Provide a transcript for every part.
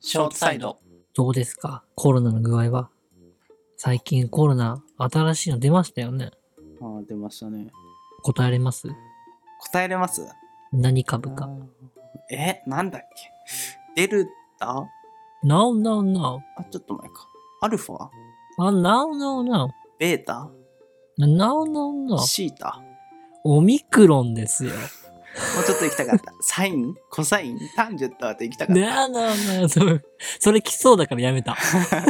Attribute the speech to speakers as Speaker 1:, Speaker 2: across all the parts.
Speaker 1: ショートサイド。
Speaker 2: どうですかコロナの具合は。最近コロナ新しいの出ましたよね。
Speaker 1: ああ、出ましたね。
Speaker 2: 答えれます
Speaker 1: 答えれます
Speaker 2: 何株か。
Speaker 1: え、なんだっけデルタ
Speaker 2: No, no, no.
Speaker 1: あ、ちょっと前か。アルファ
Speaker 2: あ、no, no, no.
Speaker 1: ベータ
Speaker 2: No, no, no.
Speaker 1: シータ
Speaker 2: オミクロンですよ。
Speaker 1: もうちょっと行きたかった。サインコサインタンジェットって行きたかっ
Speaker 2: No, no, no. そうそれ来そうだからやめた。
Speaker 1: た。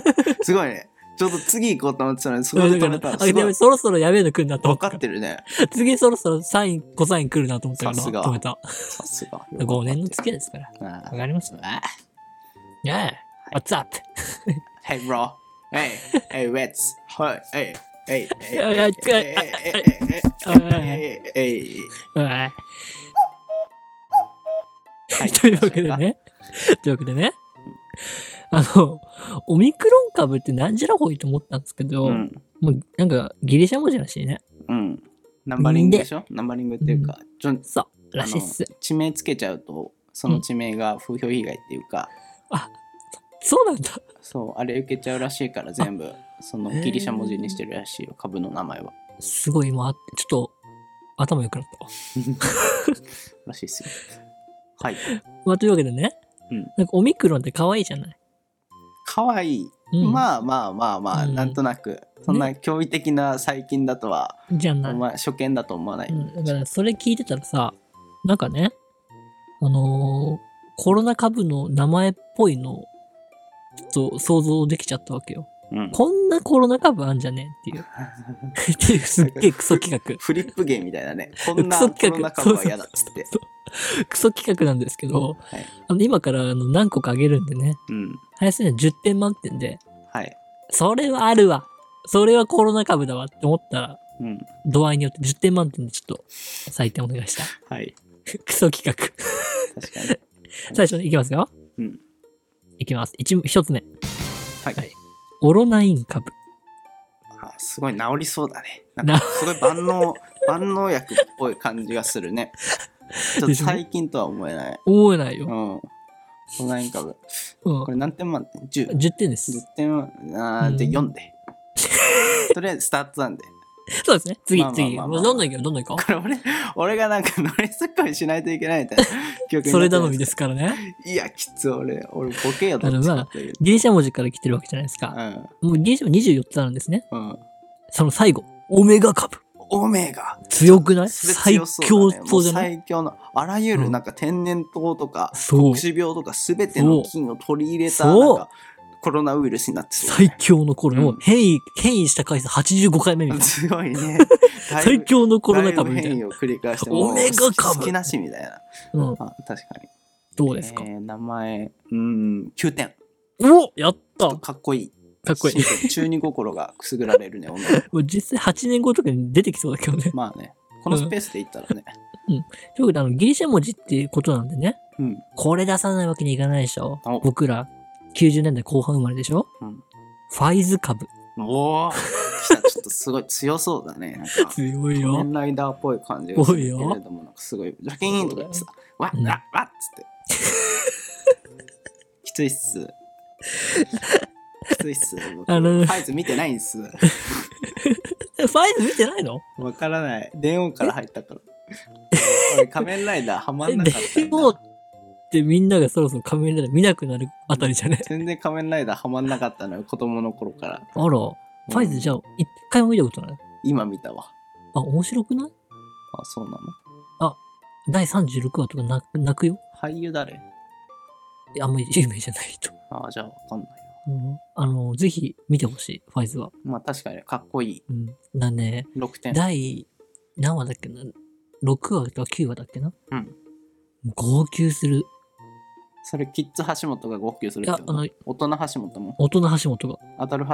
Speaker 1: すごいね。ちょっと次行こうと思ってたのに、それで止め
Speaker 2: だ
Speaker 1: た
Speaker 2: か
Speaker 1: の
Speaker 2: ら
Speaker 1: す
Speaker 2: あ、
Speaker 1: ご
Speaker 2: でも
Speaker 1: い。
Speaker 2: そろそろやべえの来るなと思
Speaker 1: 分か
Speaker 2: った。
Speaker 1: ってるね。
Speaker 2: 次そろそろサイン、コサイン来るなと思ったから
Speaker 1: さすが
Speaker 2: 止めた。
Speaker 1: さすが。
Speaker 2: 5年の付き合いですから。
Speaker 1: あ
Speaker 2: わかりました。
Speaker 1: あ。
Speaker 2: Yeah. What's up?
Speaker 1: Hey, bro. Hey, hey, what's. Hi, hey. Hey, hey,
Speaker 2: Yeah,
Speaker 1: hey,
Speaker 2: yeah, good.
Speaker 1: hey, hey, hey, hey, hey, hey, hey, hey.
Speaker 2: は
Speaker 1: はい
Speaker 2: い。 というわけでね。というわけでね。あの、オミクロン株ってなんじゃらほいと思ったんですけど、
Speaker 1: うん。
Speaker 2: もうなんかギリシャ文字らしいね。
Speaker 1: うん。ナンバリングでしょナンバリングっていうか、ちょ
Speaker 2: そう、らしいっす。
Speaker 1: あの地名つけちゃうと、その地名が風評被害っていうか、
Speaker 2: そうなんだ。
Speaker 1: そう、あれ受けちゃうらしいから全部、そのギリシャ文字にしてるらしいよ、株の名前は。
Speaker 2: すごい今、ちょっと頭良くなった。
Speaker 1: らしいっ すよ。はい。
Speaker 2: まあ、というわけでね。
Speaker 1: うん
Speaker 2: なんかオミクロンって可愛いじゃない。
Speaker 1: かわいい。
Speaker 2: うん、あ。
Speaker 1: まあまあまあまあ、
Speaker 2: うん
Speaker 1: なんとなく、そんな驚異的な最近だとは、
Speaker 2: じゃない。
Speaker 1: お前初見だと思わない。
Speaker 2: うん、だからそれ聞いてたらさ、なんかね、あのーコロナ株の名前っぽいの、ちょっと想像できちゃったわけよ。
Speaker 1: うん
Speaker 2: こんなコロナ株あんじゃねえっていう。っていうすっげえクソ企画。
Speaker 1: フリップ芸みたいな ね。こんな
Speaker 2: クソ
Speaker 1: コ
Speaker 2: 企画
Speaker 1: ロナ禍は嫌だっつって。
Speaker 2: クソ企画なんですけど、
Speaker 1: はい。
Speaker 2: あの今からあの何個かあげるんでね、
Speaker 1: うん。
Speaker 2: 林先生10点満点で、
Speaker 1: はい。
Speaker 2: それはあるわ。それはコロナ株だわって思ったら、
Speaker 1: うん。
Speaker 2: 度合いによって10点満点でちょっと採点お願いした。
Speaker 1: はい。
Speaker 2: クソ企画。
Speaker 1: 確かに。
Speaker 2: 最初にいきますよ。
Speaker 1: うん。
Speaker 2: いきます。一一つ目。
Speaker 1: はい。
Speaker 2: はいオロナイン株。
Speaker 1: あすごい治りそうだね。なんかすごい万能、 万能薬っぽい感じがするね。ちょっと
Speaker 2: でしょ
Speaker 1: 最近とは思えない。
Speaker 2: 思えないうよ。
Speaker 1: ん。オンライン株。
Speaker 2: うん
Speaker 1: こ。れ何点満点 ?10。
Speaker 2: 10点です。
Speaker 1: 10点は、あーじゃあ読んで。とりあえずスタートなんで。
Speaker 2: そうですね。次
Speaker 1: まあ、まあ
Speaker 2: 次。
Speaker 1: まあまあ
Speaker 2: もうどんどんいこう、どんどんいこ
Speaker 1: これ俺、俺がなんか乗りすっこいしないといけないみたいな記憶
Speaker 2: う。
Speaker 1: に
Speaker 2: そ
Speaker 1: な
Speaker 2: れ
Speaker 1: って
Speaker 2: 頼
Speaker 1: ま
Speaker 2: みですからね。
Speaker 1: す。いや、きつ俺、俺ボケよどっちかっていうと
Speaker 2: ギリシャ文字から来てるわけじゃないですか。もうギリシャも24つあるんですね。
Speaker 1: うん。うん。
Speaker 2: その最後。オメガ株。
Speaker 1: オメガ
Speaker 2: 強くない
Speaker 1: それ
Speaker 2: 最
Speaker 1: 強
Speaker 2: 強
Speaker 1: そうだね
Speaker 2: そうじゃな
Speaker 1: も
Speaker 2: いう
Speaker 1: 最強のあらゆ
Speaker 2: う
Speaker 1: る
Speaker 2: ん
Speaker 1: なんか天然痘とか
Speaker 2: そう
Speaker 1: 特。殊病とか全ての菌を取り入れた
Speaker 2: そう
Speaker 1: なんかコロナウイルスになってそうだ
Speaker 2: 最
Speaker 1: ね
Speaker 2: 強のコロナ。もう
Speaker 1: うん
Speaker 2: 変異、変異した回数85回目みたいな。
Speaker 1: 強 いねだいぶ
Speaker 2: 最強のコロナ株み
Speaker 1: だ
Speaker 2: た
Speaker 1: ぶ
Speaker 2: い
Speaker 1: 変
Speaker 2: な。
Speaker 1: 異を繰り返して
Speaker 2: オメガ株
Speaker 1: 好きなしみたいな
Speaker 2: うん。
Speaker 1: あ確かに
Speaker 2: どうですか
Speaker 1: えー名前うん9点
Speaker 2: おやったか
Speaker 1: かっこいい
Speaker 2: っこい
Speaker 1: シ
Speaker 2: い。
Speaker 1: ンプル中二心がくすぐられ るねオメガ
Speaker 2: もう実際8年後とかに出てきそうだけどね。
Speaker 1: まあねこのスペースで言ったらね
Speaker 2: ということで、あの、ギリシャ文字っていうことなんでね。
Speaker 1: うん
Speaker 2: これ出さないわけにいかないでしょ
Speaker 1: お。
Speaker 2: 僕ら、90年代後半生まれでしょ、
Speaker 1: うん
Speaker 2: ファイズ株。
Speaker 1: おおちょっとすごい強そうだねなんか
Speaker 2: 強い
Speaker 1: 仮
Speaker 2: よ
Speaker 1: 面。ライダーっぽい感じがするけれども
Speaker 2: 多い
Speaker 1: なんかすごいジャキーンとか言ってさ「わっ
Speaker 2: うん
Speaker 1: わっわっ」つってきついっすきついっす僕
Speaker 2: あの
Speaker 1: ファイズ見てないんす
Speaker 2: えファイズ見てないの
Speaker 1: わからない電音から入ったから俺仮面ライダーハマんなかった
Speaker 2: で
Speaker 1: んだ
Speaker 2: もってみんながそろそろ仮面ライダー見なくなるあたりじゃね。
Speaker 1: 全然仮面ライダーハマんなかったのよ子供の頃から
Speaker 2: あら、ファイズじゃあ、一回も見たことない
Speaker 1: 今見たわ
Speaker 2: あ、面白くない
Speaker 1: あそうなの
Speaker 2: 第36話とか泣く泣くよ。
Speaker 1: 俳優誰
Speaker 2: いやあんまり有名じゃない人。
Speaker 1: あじゃあわかんないわ
Speaker 2: うん、あの、ぜひ見てほしい、ファイズは。
Speaker 1: まあ確かにかっこいい
Speaker 2: うん。だね、
Speaker 1: 6点
Speaker 2: 第何話だっけな ?6 話とか9話だっけな
Speaker 1: うん。
Speaker 2: 号泣する。
Speaker 1: それキッズ橋本が号泣する
Speaker 2: い
Speaker 1: ってこ、
Speaker 2: やあ
Speaker 1: と
Speaker 2: の、
Speaker 1: 大人橋本も
Speaker 2: 大人橋本が、
Speaker 1: 当たる橋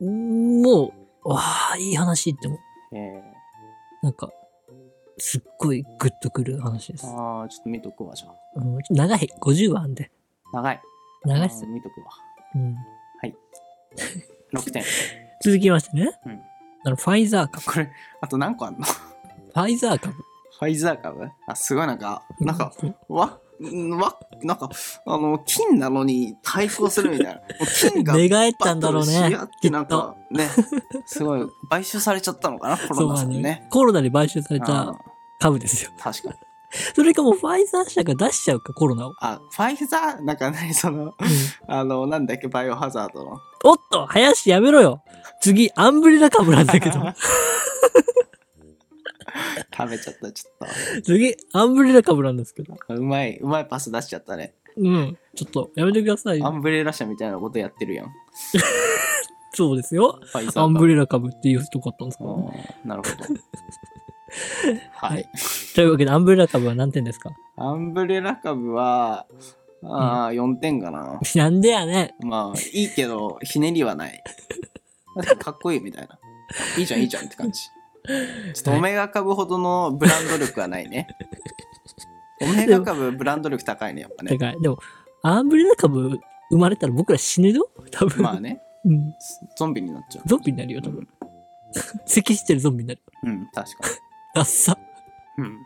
Speaker 1: 本
Speaker 2: んーもう、わあ、いい話って思う。
Speaker 1: ええ
Speaker 2: なんか、すっごいグッとくる話です。
Speaker 1: ああちょっと見とくわじゃあ
Speaker 2: うん、ちょっと長い、50話あんで。
Speaker 1: 長い
Speaker 2: 長いっす
Speaker 1: あー。見とくわ
Speaker 2: うん。
Speaker 1: 6点
Speaker 2: 続きましてね。
Speaker 1: うん
Speaker 2: あの、ファイザー株。
Speaker 1: これあと何個あんの フ
Speaker 2: ファイザー株。
Speaker 1: ァイザー株あすごいなんかなんかわんわなんか、あの、金なのに対抗するみたい な。もう金が
Speaker 2: 寝返ったんだろ
Speaker 1: バ
Speaker 2: う
Speaker 1: トル
Speaker 2: ね
Speaker 1: し合っ。てなんかね、すごい買収されちゃったのかな、コ
Speaker 2: そ
Speaker 1: ロ
Speaker 2: う
Speaker 1: ナ
Speaker 2: ま
Speaker 1: さ
Speaker 2: あ
Speaker 1: んに
Speaker 2: ね
Speaker 1: ね。。
Speaker 2: コロナに買収され
Speaker 1: あ
Speaker 2: た株ですよ。
Speaker 1: 確かに。
Speaker 2: それかもうファイザー社が出しちゃうか、コロナを。
Speaker 1: あ、ファイザーなんかね、その、
Speaker 2: うん
Speaker 1: あの、なんだっけ、バイオハザードの。
Speaker 2: おっと林やめろよ次、アンブレラ株なんだけど。
Speaker 1: 食べちゃった、ちょっ
Speaker 2: 次、アンブレラ株なんですけど。
Speaker 1: と。うまい、うまいパス出しちゃったね。
Speaker 2: うん。ちょっと、やめてくださいよ
Speaker 1: ア。ンブレラ社みたいなことやってるやん。フ
Speaker 2: そうですよ。
Speaker 1: ァイザーが
Speaker 2: アンブレラ株っていう人かったんですか、ね、
Speaker 1: うんなるほど。は
Speaker 2: はいい。というわけで、アンブレラ株は何点ですか
Speaker 1: アンブレラ株は、ああ、4点かな。
Speaker 2: なんでやねん。
Speaker 1: まあ、いいけど、ひねりはない。なんかかっこいいみたいな。いいじゃん、いいじゃんって感じ。ちょっと
Speaker 2: はい
Speaker 1: オメガ株ほどのブランド力はないね。オメガ株、ブランド力高いね、やっぱ
Speaker 2: て
Speaker 1: ね。
Speaker 2: か、でも、アンブレラ株生まれたら僕ら死ぬよ多分。
Speaker 1: まあね、
Speaker 2: うん。
Speaker 1: ゾンビになっちゃう。
Speaker 2: ゾンビになるよ、多分。 咳してるゾンビになる。
Speaker 1: うん、確か
Speaker 2: あっさ。
Speaker 1: に。うん。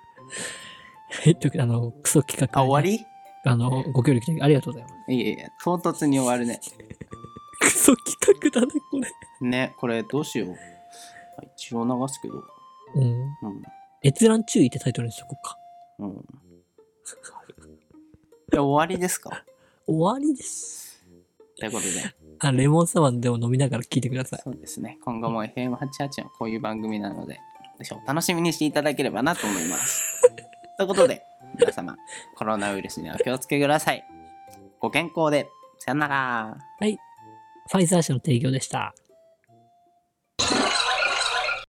Speaker 2: えっと、あの、クソ企画、
Speaker 1: あ、終わり
Speaker 2: りあの、ご協力いただきありがとうございます。
Speaker 1: いえいえ、唐突に終わるね。
Speaker 2: クソ企画だね、これ。
Speaker 1: ね、これどうしよう。あ一応流すけど。
Speaker 2: うん。
Speaker 1: うん。
Speaker 2: 閲覧注意ってタイトルにしとこうか。
Speaker 1: うん。で終わりですか
Speaker 2: 終わりです。
Speaker 1: ということで、
Speaker 2: あ、レモンサワーでも飲みながら聞いてください。
Speaker 1: そうですね。今後も FM88 はこういう番組なので、ぜひお楽しみにしていただければなと思い ます。ということで、皆様、コロナウイルスにはお気をつけください。ご健康で、さよなら。
Speaker 2: ファイザー社の提供でした。